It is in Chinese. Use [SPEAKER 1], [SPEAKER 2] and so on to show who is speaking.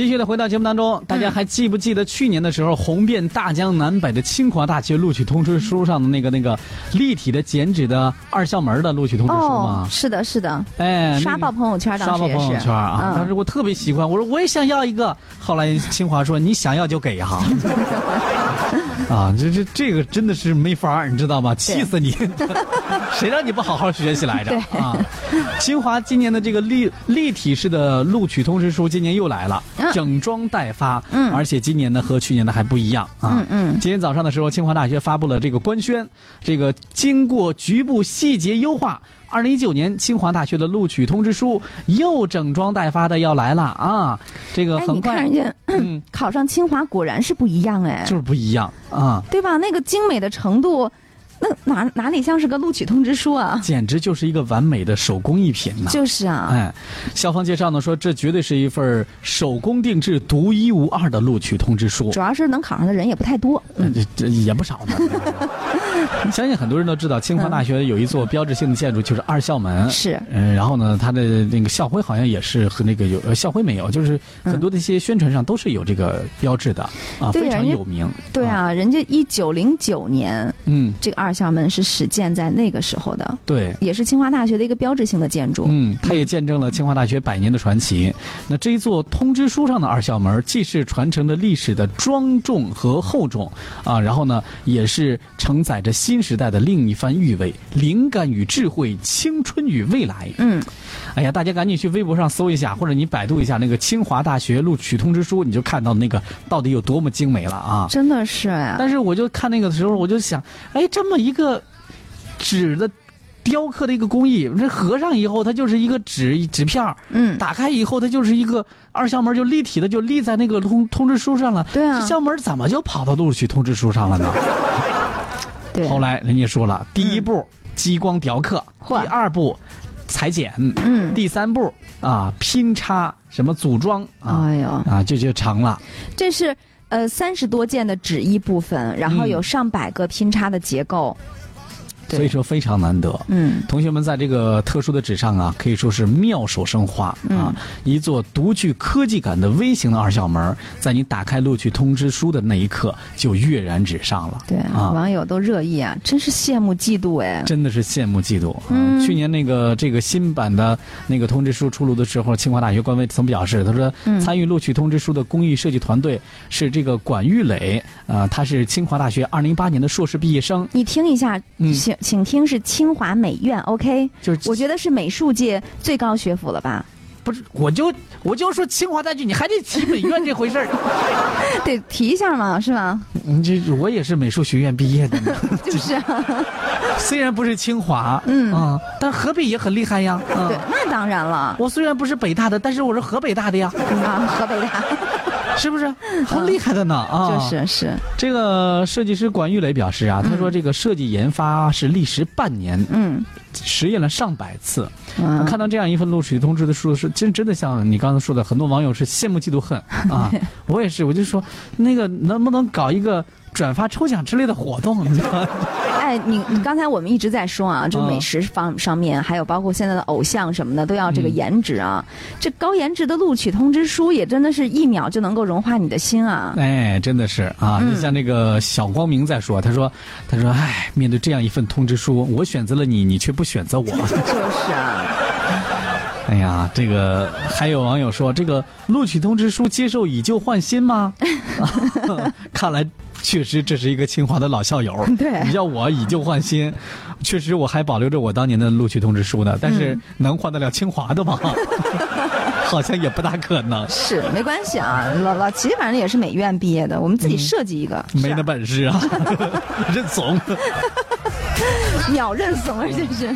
[SPEAKER 1] 继续的回到节目当
[SPEAKER 2] 嗯
[SPEAKER 1] 中，大家还记不记得去年的时候，红遍大江南北的清华大学录取通知书上的那个那个立体的剪纸的二校门的录取通知书
[SPEAKER 2] 哦
[SPEAKER 1] 吗，？
[SPEAKER 2] 是的，是的，
[SPEAKER 1] 哎，
[SPEAKER 2] 刷爆朋友圈
[SPEAKER 1] 刷
[SPEAKER 2] 当时
[SPEAKER 1] 爆
[SPEAKER 2] 也
[SPEAKER 1] 朋友
[SPEAKER 2] 是
[SPEAKER 1] 圈啊！当时
[SPEAKER 2] 嗯，
[SPEAKER 1] 我特别喜欢，我说我也想要一个。后来清华说你想要就给 哈。啊，这这这个真的是没法儿，你知道吗？气死你！ 谁让你不好好学习来着啊？清华今年的这个立立体式的录取通知书今年又来了，
[SPEAKER 2] 嗯
[SPEAKER 1] 整装待发。
[SPEAKER 2] 嗯
[SPEAKER 1] 而且今年呢和去年的还不一样啊。
[SPEAKER 2] 嗯嗯
[SPEAKER 1] 今天早上的时候，清华大学发布了这个官宣，这个经过局部细节优化，二零一九年清华大学的录取通知书又整装待发的要来了啊！这个
[SPEAKER 2] 哎，
[SPEAKER 1] 很
[SPEAKER 2] 你看
[SPEAKER 1] 快，
[SPEAKER 2] 人家
[SPEAKER 1] 嗯，
[SPEAKER 2] 考上清华果然是不一样哎，
[SPEAKER 1] 就是不一样啊，
[SPEAKER 2] 对吧？那个精美的程度，那哪哪里像是个录取通知 书啊？
[SPEAKER 1] 简直就是一个完美的手工艺品呐、
[SPEAKER 2] 就是啊，
[SPEAKER 1] 哎，校方介绍呢说，这绝对是一份儿手工定制、独一无二的录取通知书。
[SPEAKER 2] 主要是能考上的人也不太多。
[SPEAKER 1] 嗯，这这也不少呢。 相信很多人都知道，清华大学有一座标志性的建筑，就是二校门。
[SPEAKER 2] 嗯是
[SPEAKER 1] 嗯，然后呢，它的那个校徽好像也是和那个有，呃，校徽没有，就是很多的一些宣传上都是有这个标志的，啊，
[SPEAKER 2] 嗯对
[SPEAKER 1] 非常
[SPEAKER 2] 人家
[SPEAKER 1] 有名。
[SPEAKER 2] 对，啊，人家一九零九年
[SPEAKER 1] 嗯，
[SPEAKER 2] 这个二校门是始建在那个时候的，
[SPEAKER 1] 对。
[SPEAKER 2] 也是清华大学的一个标志性的建筑。
[SPEAKER 1] 嗯，它也见证了清华大学百年的传奇。那这一座通知书上的二校门，既是传承着历史的庄重和厚重啊，然后呢，也是承载着新时代的另一番韵味、灵感与智慧、青春与未来。
[SPEAKER 2] 嗯，
[SPEAKER 1] 哎呀，大家赶紧去微博上搜一下，或者你百度一下那个清华大学录取通知书，你就看到那个到底有多么精美了啊！
[SPEAKER 2] 真的是哎，
[SPEAKER 1] 但是我就看那个的时候，我就想，哎，这么一个纸的雕刻的一个工艺，这合上以后它就是一个纸纸片儿，
[SPEAKER 2] 嗯，
[SPEAKER 1] 打开以后它就是一个二校门，就立体的就立在那个通通知书上了。
[SPEAKER 2] 对啊
[SPEAKER 1] 这校门怎么就跑到录取通知书上了 呢？
[SPEAKER 2] 对，
[SPEAKER 1] 后来人家说了，第一步、
[SPEAKER 2] 嗯
[SPEAKER 1] 激光雕刻，第
[SPEAKER 2] 嚯
[SPEAKER 1] 二步裁剪，
[SPEAKER 2] 嗯
[SPEAKER 1] 第三步啊拼插什么组装啊、
[SPEAKER 2] 哎呦，
[SPEAKER 1] 啊这就成了。
[SPEAKER 2] 这是呃三十多件的纸艺部分，然后
[SPEAKER 1] 嗯
[SPEAKER 2] 有上百个拼插的结构。对
[SPEAKER 1] 所以说非常难得。
[SPEAKER 2] 嗯，
[SPEAKER 1] 同学们在这个特殊的纸上啊，可以说是妙手生花
[SPEAKER 2] 嗯
[SPEAKER 1] 啊！一座独具科技感的微型的二校门，在你打开录取通知书的那一刻就跃然纸上了。
[SPEAKER 2] 对，
[SPEAKER 1] 啊，
[SPEAKER 2] 网友都热议啊，真是羡慕嫉妒哎。
[SPEAKER 1] 真的是羡慕嫉妒。啊
[SPEAKER 2] 嗯
[SPEAKER 1] 去年那个这个新版的那个通知书出炉的时候，清华大学官微曾表示，他说、
[SPEAKER 2] 嗯
[SPEAKER 1] 参与录取通知书的工艺设计团队是这个管玉磊，啊，他是清华大学二零一八年的硕士毕业生，
[SPEAKER 2] 你听一下，
[SPEAKER 1] 嗯
[SPEAKER 2] 请请听是清华美院，OK？
[SPEAKER 1] 就是
[SPEAKER 2] 我觉得是美术界最高学府了吧？
[SPEAKER 1] 不是，我就我就说清华大学，你还得提美院这回事儿。
[SPEAKER 2] 得提一下嘛，是吗？
[SPEAKER 1] 你这我也是美术学院毕业的呢，
[SPEAKER 2] 就是、啊，
[SPEAKER 1] 虽然不是清华，嗯啊，但河北也很厉害呀。啊
[SPEAKER 2] 对，那当然了
[SPEAKER 1] 我虽然不是北大的，但是我是河北大的呀，
[SPEAKER 2] 啊，河北大，
[SPEAKER 1] 是不是？很厉害的呢啊！
[SPEAKER 2] 嗯就是嗯是，
[SPEAKER 1] 这个设计师管玉磊表示啊，他说这个设计研发是历时半年，
[SPEAKER 2] 嗯
[SPEAKER 1] 实验了上百次。
[SPEAKER 2] 嗯，
[SPEAKER 1] 看到这样一份录取通知的书，是真真的像你刚才说的，很多网友是羡慕嫉妒恨 啊！我也是，我就说那个能不能搞一个转发抽奖之类的活动？你知道吗？
[SPEAKER 2] 哎，你你刚才我们一直在说啊，就
[SPEAKER 1] 嗯
[SPEAKER 2] 美食方上面，还有包括现在的偶像什么的，都要
[SPEAKER 1] 嗯
[SPEAKER 2] 这个颜值啊。这高颜值的录取通知书也真的是一秒就能够融化你的 心啊。
[SPEAKER 1] 哎，真的是啊！
[SPEAKER 2] 嗯
[SPEAKER 1] 就像那个小光明在说，他说，他说，哎，面对这样一份通知书，我选择了你，你却不选择我。
[SPEAKER 2] 就是啊，
[SPEAKER 1] 哎呀，这个还有网友说，这个录取通知书接受以旧换新吗？ 啊看来确实这是一个清华的老校 友。
[SPEAKER 2] 对
[SPEAKER 1] 你要我以旧换新，确实我还保留着我当年的录取通知书呢，但是
[SPEAKER 2] 嗯
[SPEAKER 1] 能换得了清华的吗？ 好像也不大可能，
[SPEAKER 2] 是没关系啊。老老齐反正也是美院毕业的，我们自己设计一个，是
[SPEAKER 1] 嗯没那
[SPEAKER 2] 啊
[SPEAKER 1] 本 事啊，认怂。
[SPEAKER 2] 啊秒认怂，而且是。